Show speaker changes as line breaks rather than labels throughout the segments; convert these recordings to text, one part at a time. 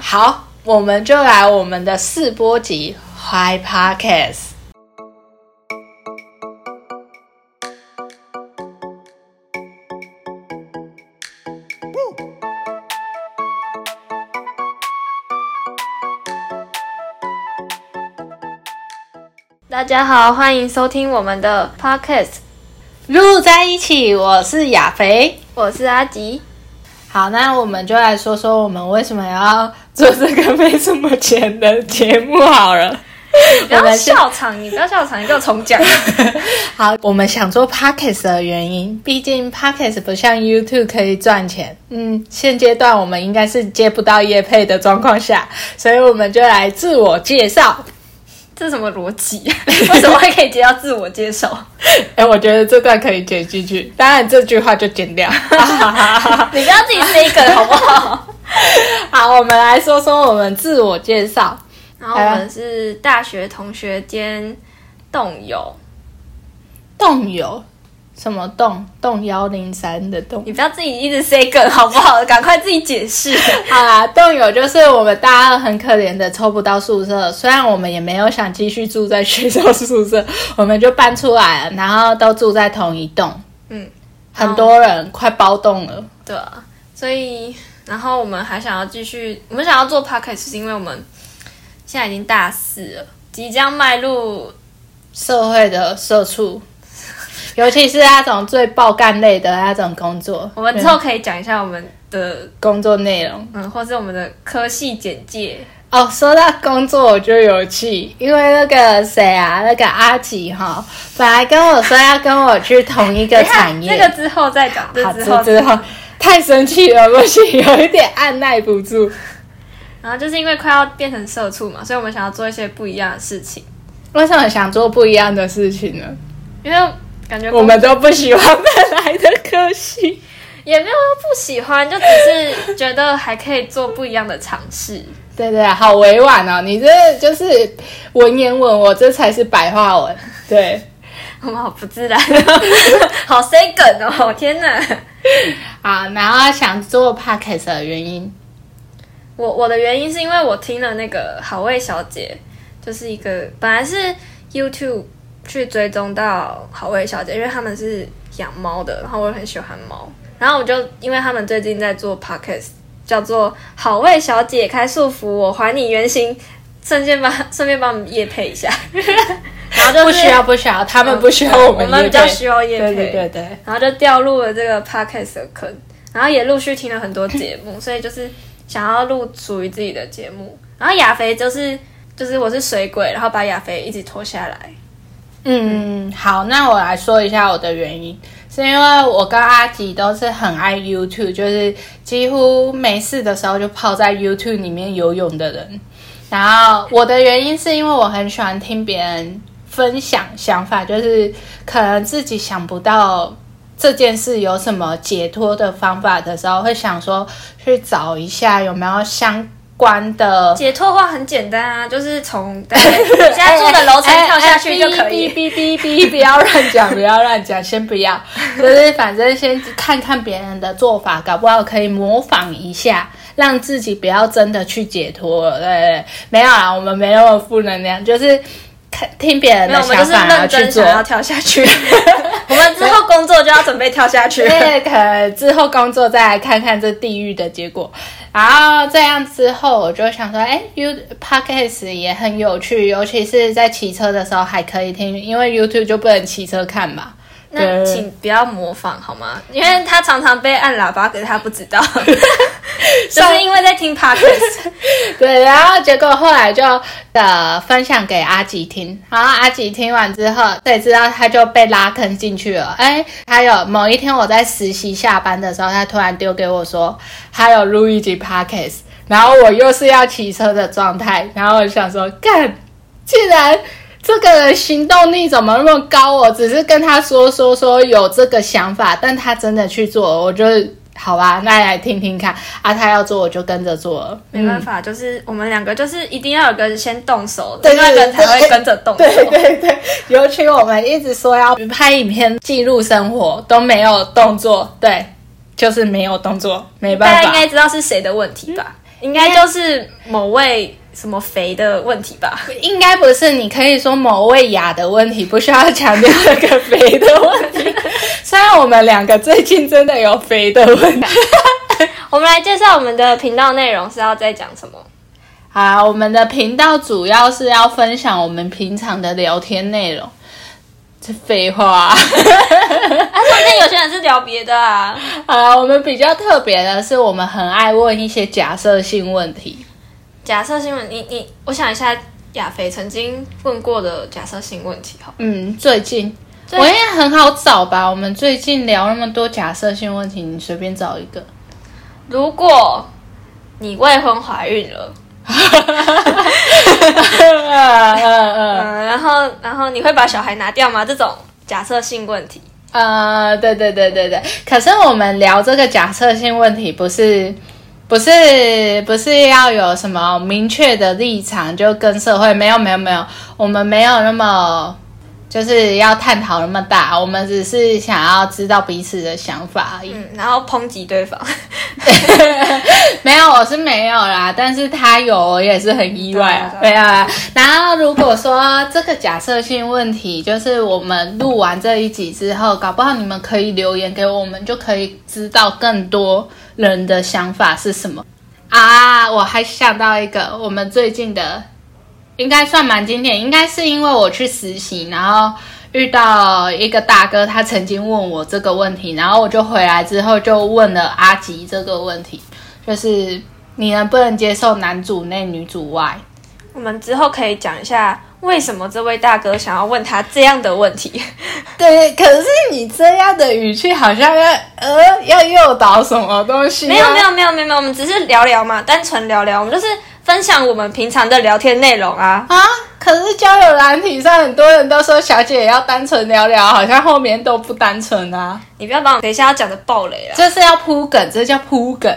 好，我们就来我们的试播集 Hi Podcast。
大家好，欢迎收听我们的 podcast，
录在一起，我是亚肥。
我是阿吉。
好，那我们就来说说我们为什么要做这个没什么钱的节目好了。
不
我
要
们是
笑场，你不要笑场，你给我重讲。
好，我们想做 podcast 的原因，毕竟 podcast 不像 YouTube 可以赚钱。嗯，现阶段我们应该是接不到业配的状况下，所以我们就来自我介绍。
这是什么逻辑？ 为什么会可以接到自我介绍？
哎、我觉得这段可以剪进去，当然这句话就剪掉。
你不要自己 say 梗好不 好？
好，我们来说说我们自我介绍。
然后我们是大学同学兼动友，
动友，什么动？动幺零三的动
你不要自己一直 say 梗好不好？赶快自己解 释。
啊！动友就是我们大二很可怜的抽不到宿舍，虽然我们也没有想继续住在学校宿舍， 我们就搬出来了，然后都住在同一栋，
嗯，
很多人快包栋了。
对啊，所以然后我们还想要继续，我们想要做 podcast 是因为我们现在已经大四了，即将迈入
社会的社畜，尤其是那种最爆干类的那种工作，
我们之
对
后可以讲一下我们的
工作内容。
嗯，或是我们的科系简介。
哦，说到工作我就有气，因为那个谁啊，那个阿吉哈，本来跟我说要跟我去同一个产业，
这个之后再讲，这
好
之后
之后太生气了，不行，有一点按耐不住。
然后就是因为快要变成社畜嘛，所以我们想要做一些不一样的事情，
为什么想做不一样的事情呢？
因为感觉
我们都不喜欢本来的科系。
也没有说不喜欢，就只是觉得还可以做不一样的尝试。
对对，好委婉哦，你这就是文言文，我这才是白话 文。对，
我们好不自然、哦， 好 say 梗哦！天哪，
好，然后想做 podcast 的原因，
我我的原因是因为我听了那个好味小姐，就是一个本来是 YouTube 去追踪到好味小姐，因为他们是养猫的，然后我很喜欢猫，然后我就因为他们最近在做 podcast，叫做好味小姐开束缚我还你原形，顺便帮顺便帮我们夜配一下，然后就是哦
不需要不需要，他们不需要我们业配，
我们比较需要夜
对
配，
对对对。
然后就掉入了这个 podcast 的坑，然后也陆续听了很多节 目，所以就是想要录属于自己的节目。然后亚肥就是就是我是水鬼，然后把亚肥一直拖下来。
嗯，好，那我来说一下我的原因，是因为我跟阿吉都是很爱 YouTube，就是几乎没事的时候就泡在 YouTube 里面游泳的人。然后我的原因是因为我很喜欢听别人分享想法，就是可能自己想不到这件事有什么解脱的方法的时候，会想说去找一下有没有相关的
解脱的话很简单啊，就是从 大概现在住的楼层跳下去就可以。
哎哔哔哔哔，不要乱讲，不要乱讲，先不 要，就是反正先看看别人的做法，搞不好可以模仿一下，让自己不要真的去解脱了。对对对，没有啦，我们没那么负能量，就是看听别人
没有，
的
我们
想
就是
法然后
认
去
真
做
想。要跳 下去。我们之后工作就要准备跳下去
因
了。
为可能之后工作再来看看这地狱的结果。然后这样之后，我就想说，哎，U podcast 也很有趣，尤其是在骑车的时候还可以听，因为 YouTube 就不能骑车看嘛。
那
对
请不要模仿好吗？因为他常常被按喇叭，可是他不知 道，就是因为在听 podcast。
对，然后结果后来就呃分享给阿吉听，然后阿吉听完之后，谁知道他就被拉坑进去了。哎，还有某一天我在实习下班的时候，他突然丢给我说，他有录一集 podcast，然后我又是要骑车的状态，然后我想说，干，竟然。这个人行动力怎么那么高？我只是跟他说说说有这个想法，但他真的去做了，我就好吧，那来听听看啊。他要做，我就跟着做了。
没办法，就是我们两个就是一定要有个人先动手，
嗯对
另外一个人
对
才会跟着动手。
对对对，尤其我们一直说要拍影片记录生活，都没有动作，对，就是没有动作，没
大
办
家应
法。
该知道是谁的问题吧？应该就是某位什么肥的问题吧？
应该不是，你可以说某位雅的问题，不需要强调那个肥的问题。 虽然我们两个最近真的有肥的问题。
我们来介绍我们的频道内容是要在讲什么？
好啦，我们的频道主要是要分享我们平常的聊天内容。这废话 啊、
啊，说不定有些人是聊别的啊。
好啦，我们比较特别的是，我们很爱问一些假设性问题。
假设新闻，你你，我想一下，亚肥曾经问过的假设性问题哈。
嗯，最近
最
我应该很好找吧？我们最近聊那么多假设性问题，你随便找一个。
如果你未婚怀孕了，嗯、
呃
然后然后你会把小孩拿掉吗？这种假设性问题，
呃，对对对对对。可是我们聊这个假设性问题，不是不是不是要有什么明确的立场，就跟社会没有没有没有，我们没有那么就是要探讨那么大，我们只是想要知道彼此的想法而已。
嗯，然后抨击对方，
没有，我是没有啦，但是他有，我也是很意外啊，
对
没有啦。然后如果说这个假设性问题，就是我们录完这一集之后，搞不好你们可以留言给我们，就可以知道更多人的想法是什么啊。我还想到一个，我们最近的应该算蛮经典，应该是因为我去实习，然后遇到一个大哥，他曾经问我这个问题，然后我就回来之后就问了阿吉这个问题，就是你能不能接受男主内女主外？
我们之后可以讲一下为什么这位大哥想要问他这样的问题。
对，可是你这样的语气好像要呃要诱导什么东西、啊
没有没有没有没有没有，我们只是聊聊嘛，单纯聊聊，我们就是分享我们平常的聊天内容啊。
啊！可是交友软体上很多人都说小姐也要单纯聊聊，好像后面都不单纯啊，
你不要把我等一下要讲的暴雷了，
这是要铺梗，这叫铺梗。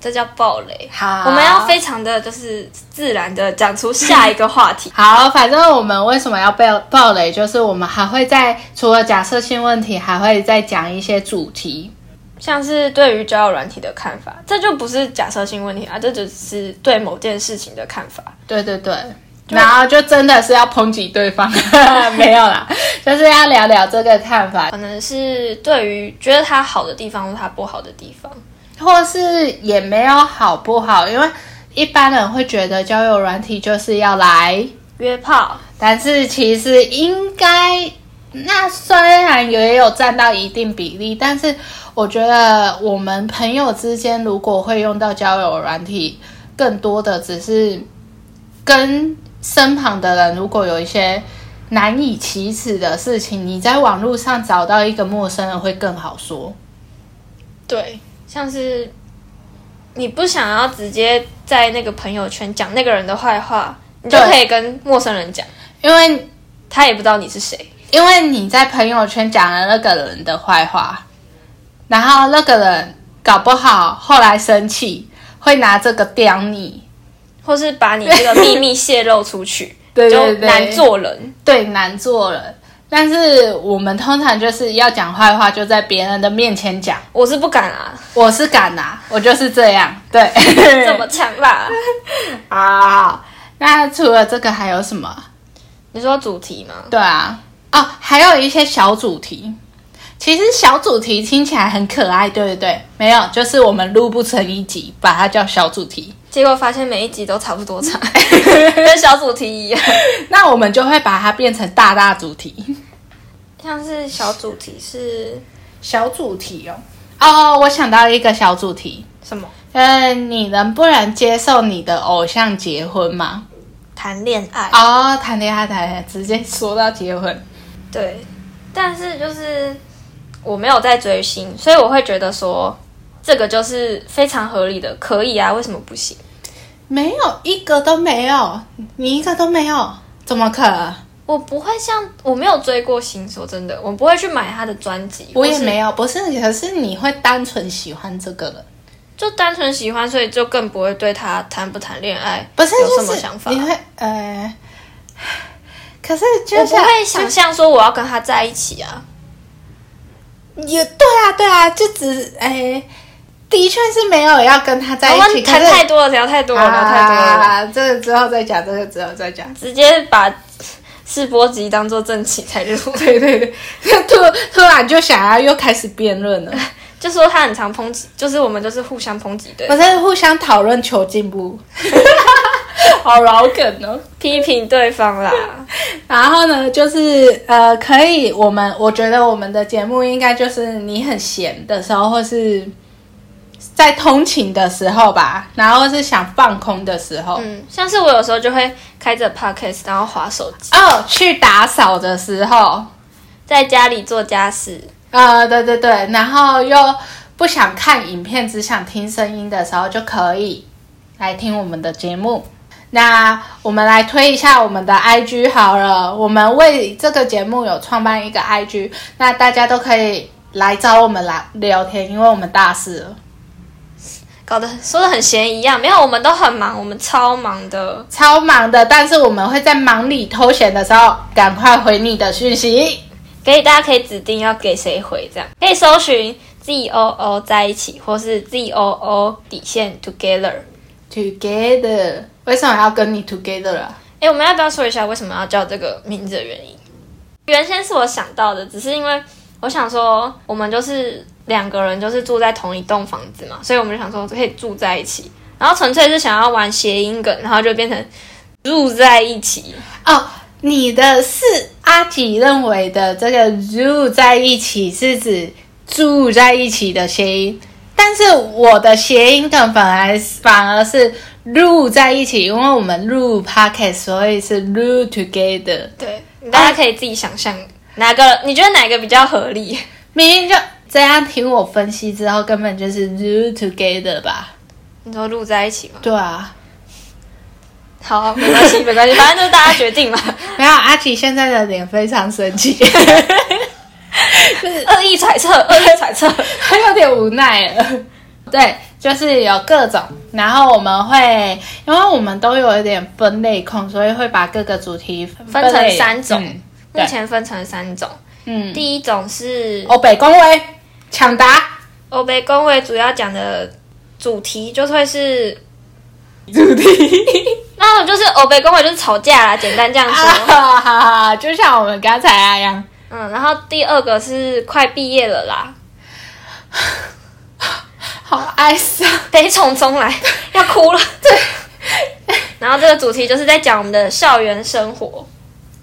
这叫暴雷。
好。
我们要非常的就是自然的讲出下一个话题
好，反正我们为什么要被暴雷，就是我们还会在除了假设性问题，还会再讲一些主题。
像是对于交友软体的看法，这就不是假设性问题啊，这只是对某件事情的看法。
对对对，然后就真的是要抨击对方，没有啦，就是要聊聊这个看法，
可能是对于觉得它好的地方或它不好的地方，
或是也没有好不好，因为一般人会觉得交友软体就是要来
约炮，
但是其实应该，那虽然也有占到一定比例，但是我觉得我们朋友之间如果会用到交友软体，更多的只是跟身旁的人如果有一些难以启齿的事情，你在网络上找到一个陌生人会更好说。
对，像是你不想要直接在那个朋友圈讲那个人的坏话，你就
对
可以跟陌生人讲，
因为
他也不知道你是谁。
因为你在朋友圈讲了那个人的坏话，然后那个人搞不好后来生气，会拿这个刁你，
或是把你这个秘密泄露出去，
对对
就
对
难做人。
对，难做了。但是我们通常就是要讲坏话，就在别人的面前讲。
我是不敢 啊，
我是敢啊，我就是这样。 对，
这么强吧？
啊？那除了这个还有什么？
你说主题吗？
对啊，哦，还有一些小主题。其实小主题听起来很可爱，对不对？没有，就是我们录不成一集，把它叫小主题。
结果发现每一集都差不多长，跟小主题一样。
那我们就会把它变成大大主题。
像是小主题是
小主题哦。哦，我想到一个小主题，
什么？
呃，你能不能接受你的偶像结婚吗？
谈恋爱。
哦，谈恋爱，谈恋爱，直接说到结婚。
对，但是就是我没有在追星，所以我会觉得说这个就是非常合理的，可以啊，为什么不行？
没有一个都没有，你一个都没有，怎么可能？
我不会像我没有追过星，说真的，我不会去买他的专辑，
我也
或是
没有，不是，可是你会单纯喜欢这个人，
就单纯喜欢，所以就更不会对他谈不谈恋爱
不是？
有
就
什
是
么想法。
你会呃，可是就
我
是
不会想象说我要跟他在一起啊，
也对啊，对啊，就只哎、的确是没有要跟他在
我
一起，
们谈
哎可是
太多了，聊太多了，聊太多了，
啊，这个之后再讲，这个之后再讲。
直接把试播集当做正题才录，
对对对，突突然就想要又开始辩论 了，
就说他很常抨击，就是我们就是互相抨击对
我在互相讨论求进步， 好老梗哦。
批评对方 啦。
然后呢，就是呃，可以，我们我觉得我们的节目应该就是你很闲的时候，或是在通勤的时候吧，然后是想放空的时候，
嗯，像是我有时候就会开着 podcast，然后划手机，
哦，去打扫的时候，
在家里做家事，
呃，对对对，然后又不想看影片，只想听声音的时候，就可以来听我们的节目。那我们来推一下我们的 IG 好了，我们为这个节目有创办一个 IG，那大家都可以来找我们来聊天，因为我们大四了，
搞得说的很闲一样。没有，我们都很忙，我们超忙的。
超忙的，但是我们会在忙里偷闲的时候，赶快回你的讯息。
可以，大家可以指定要给谁回，这样可以搜寻 Z O O 在一起，或是 Z O O 底线 Together。
Together，为什么要跟你 Together 啊？
哎，我们要不要说一下为什么要叫这个名字的原因？原先是我想到的，只是因为我想说，我们就是两个人，就是住在同一栋房子嘛，所以我们就想说可以住在一起。然后纯粹是想要玩谐音梗，然后就变成住在一起。
哦，你的是阿吉认为的这个住在一起是指住在一起的谐音，但是我的谐音梗反而反而是录在一起，因为我们录 podcast，所以是录 together。
对，大家可以自己想象哪个你觉得哪个比较合理？
明明就这样听我分析之后，根本就是录 together 吧？
你说住在一起吗？
对啊，
好，啊没关系，没关系，反正就是大家决定嘛。
没有阿吉现在的脸非常生气，
恶意揣测，恶意揣测。
他有点无奈了。对，就是有各种，然后我们会，因为我们都有一点分类控，所以会把各个主题分
分成
类
三种
嗯对
目前分成三种，
嗯，
第一种是
欧北公威抢答
欧北公会主要讲的主题，就会是
主题
那种就是欧北公会就是吵架啦，简单这样
啊，
说。
哈哈，就像我们刚才那样，
嗯，然后第二个是快毕业了啦，
好哀伤。
悲从中来，要哭了。对。然后这个主题就是在讲我们的校园生活，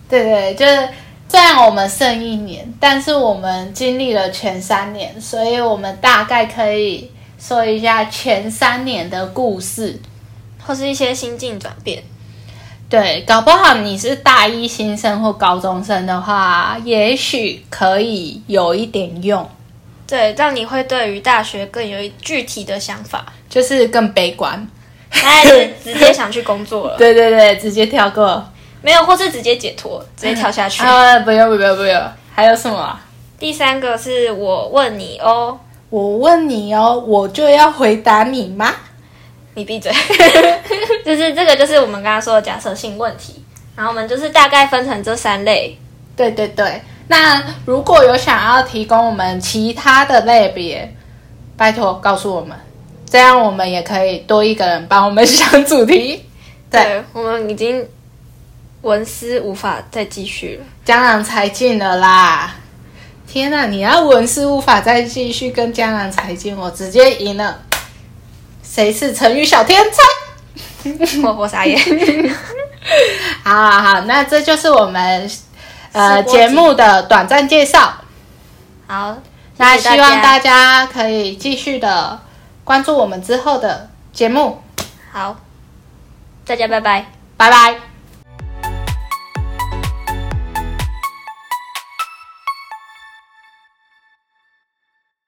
对对，就是虽然我们剩一年，但是我们经历了前三年，所以我们大概可以说一下前三年的故事。
或是一些心境转变。
对，搞不好你是大一新生或高中生的话，也许可以有一点用，
对，让你会对于大学更有一具体的想法。
就是更悲观。
大家是直接想去工作 了，
对对对，直接跳过。
没有，或是直接解脱，直接跳下去。
啊，不用不用不用。还有什么啊？
第三个是我问你哦，
我问你哦，我就要回答你吗？
你闭嘴。 就是这个，就是我们刚刚说的假设性问题。然后我们就是大概分成这三类。
对对对。那如果有想要提供我们其他的类别，拜托告诉我们，这样我们也可以多一个人帮我们想主题。对
我们已经文思无法再继续了。
江郎才尽了啦！天呐，你要文思无法再继续跟江郎才尽，我直接赢了。谁是成语小天才？
我我 傻眼。
好好好，那这就是我们呃
试播集
节目的短暂介绍。
好，
那
谢谢
希望大
大
家可以继续的关注我们之后的节目，
好，大家拜拜。
拜拜。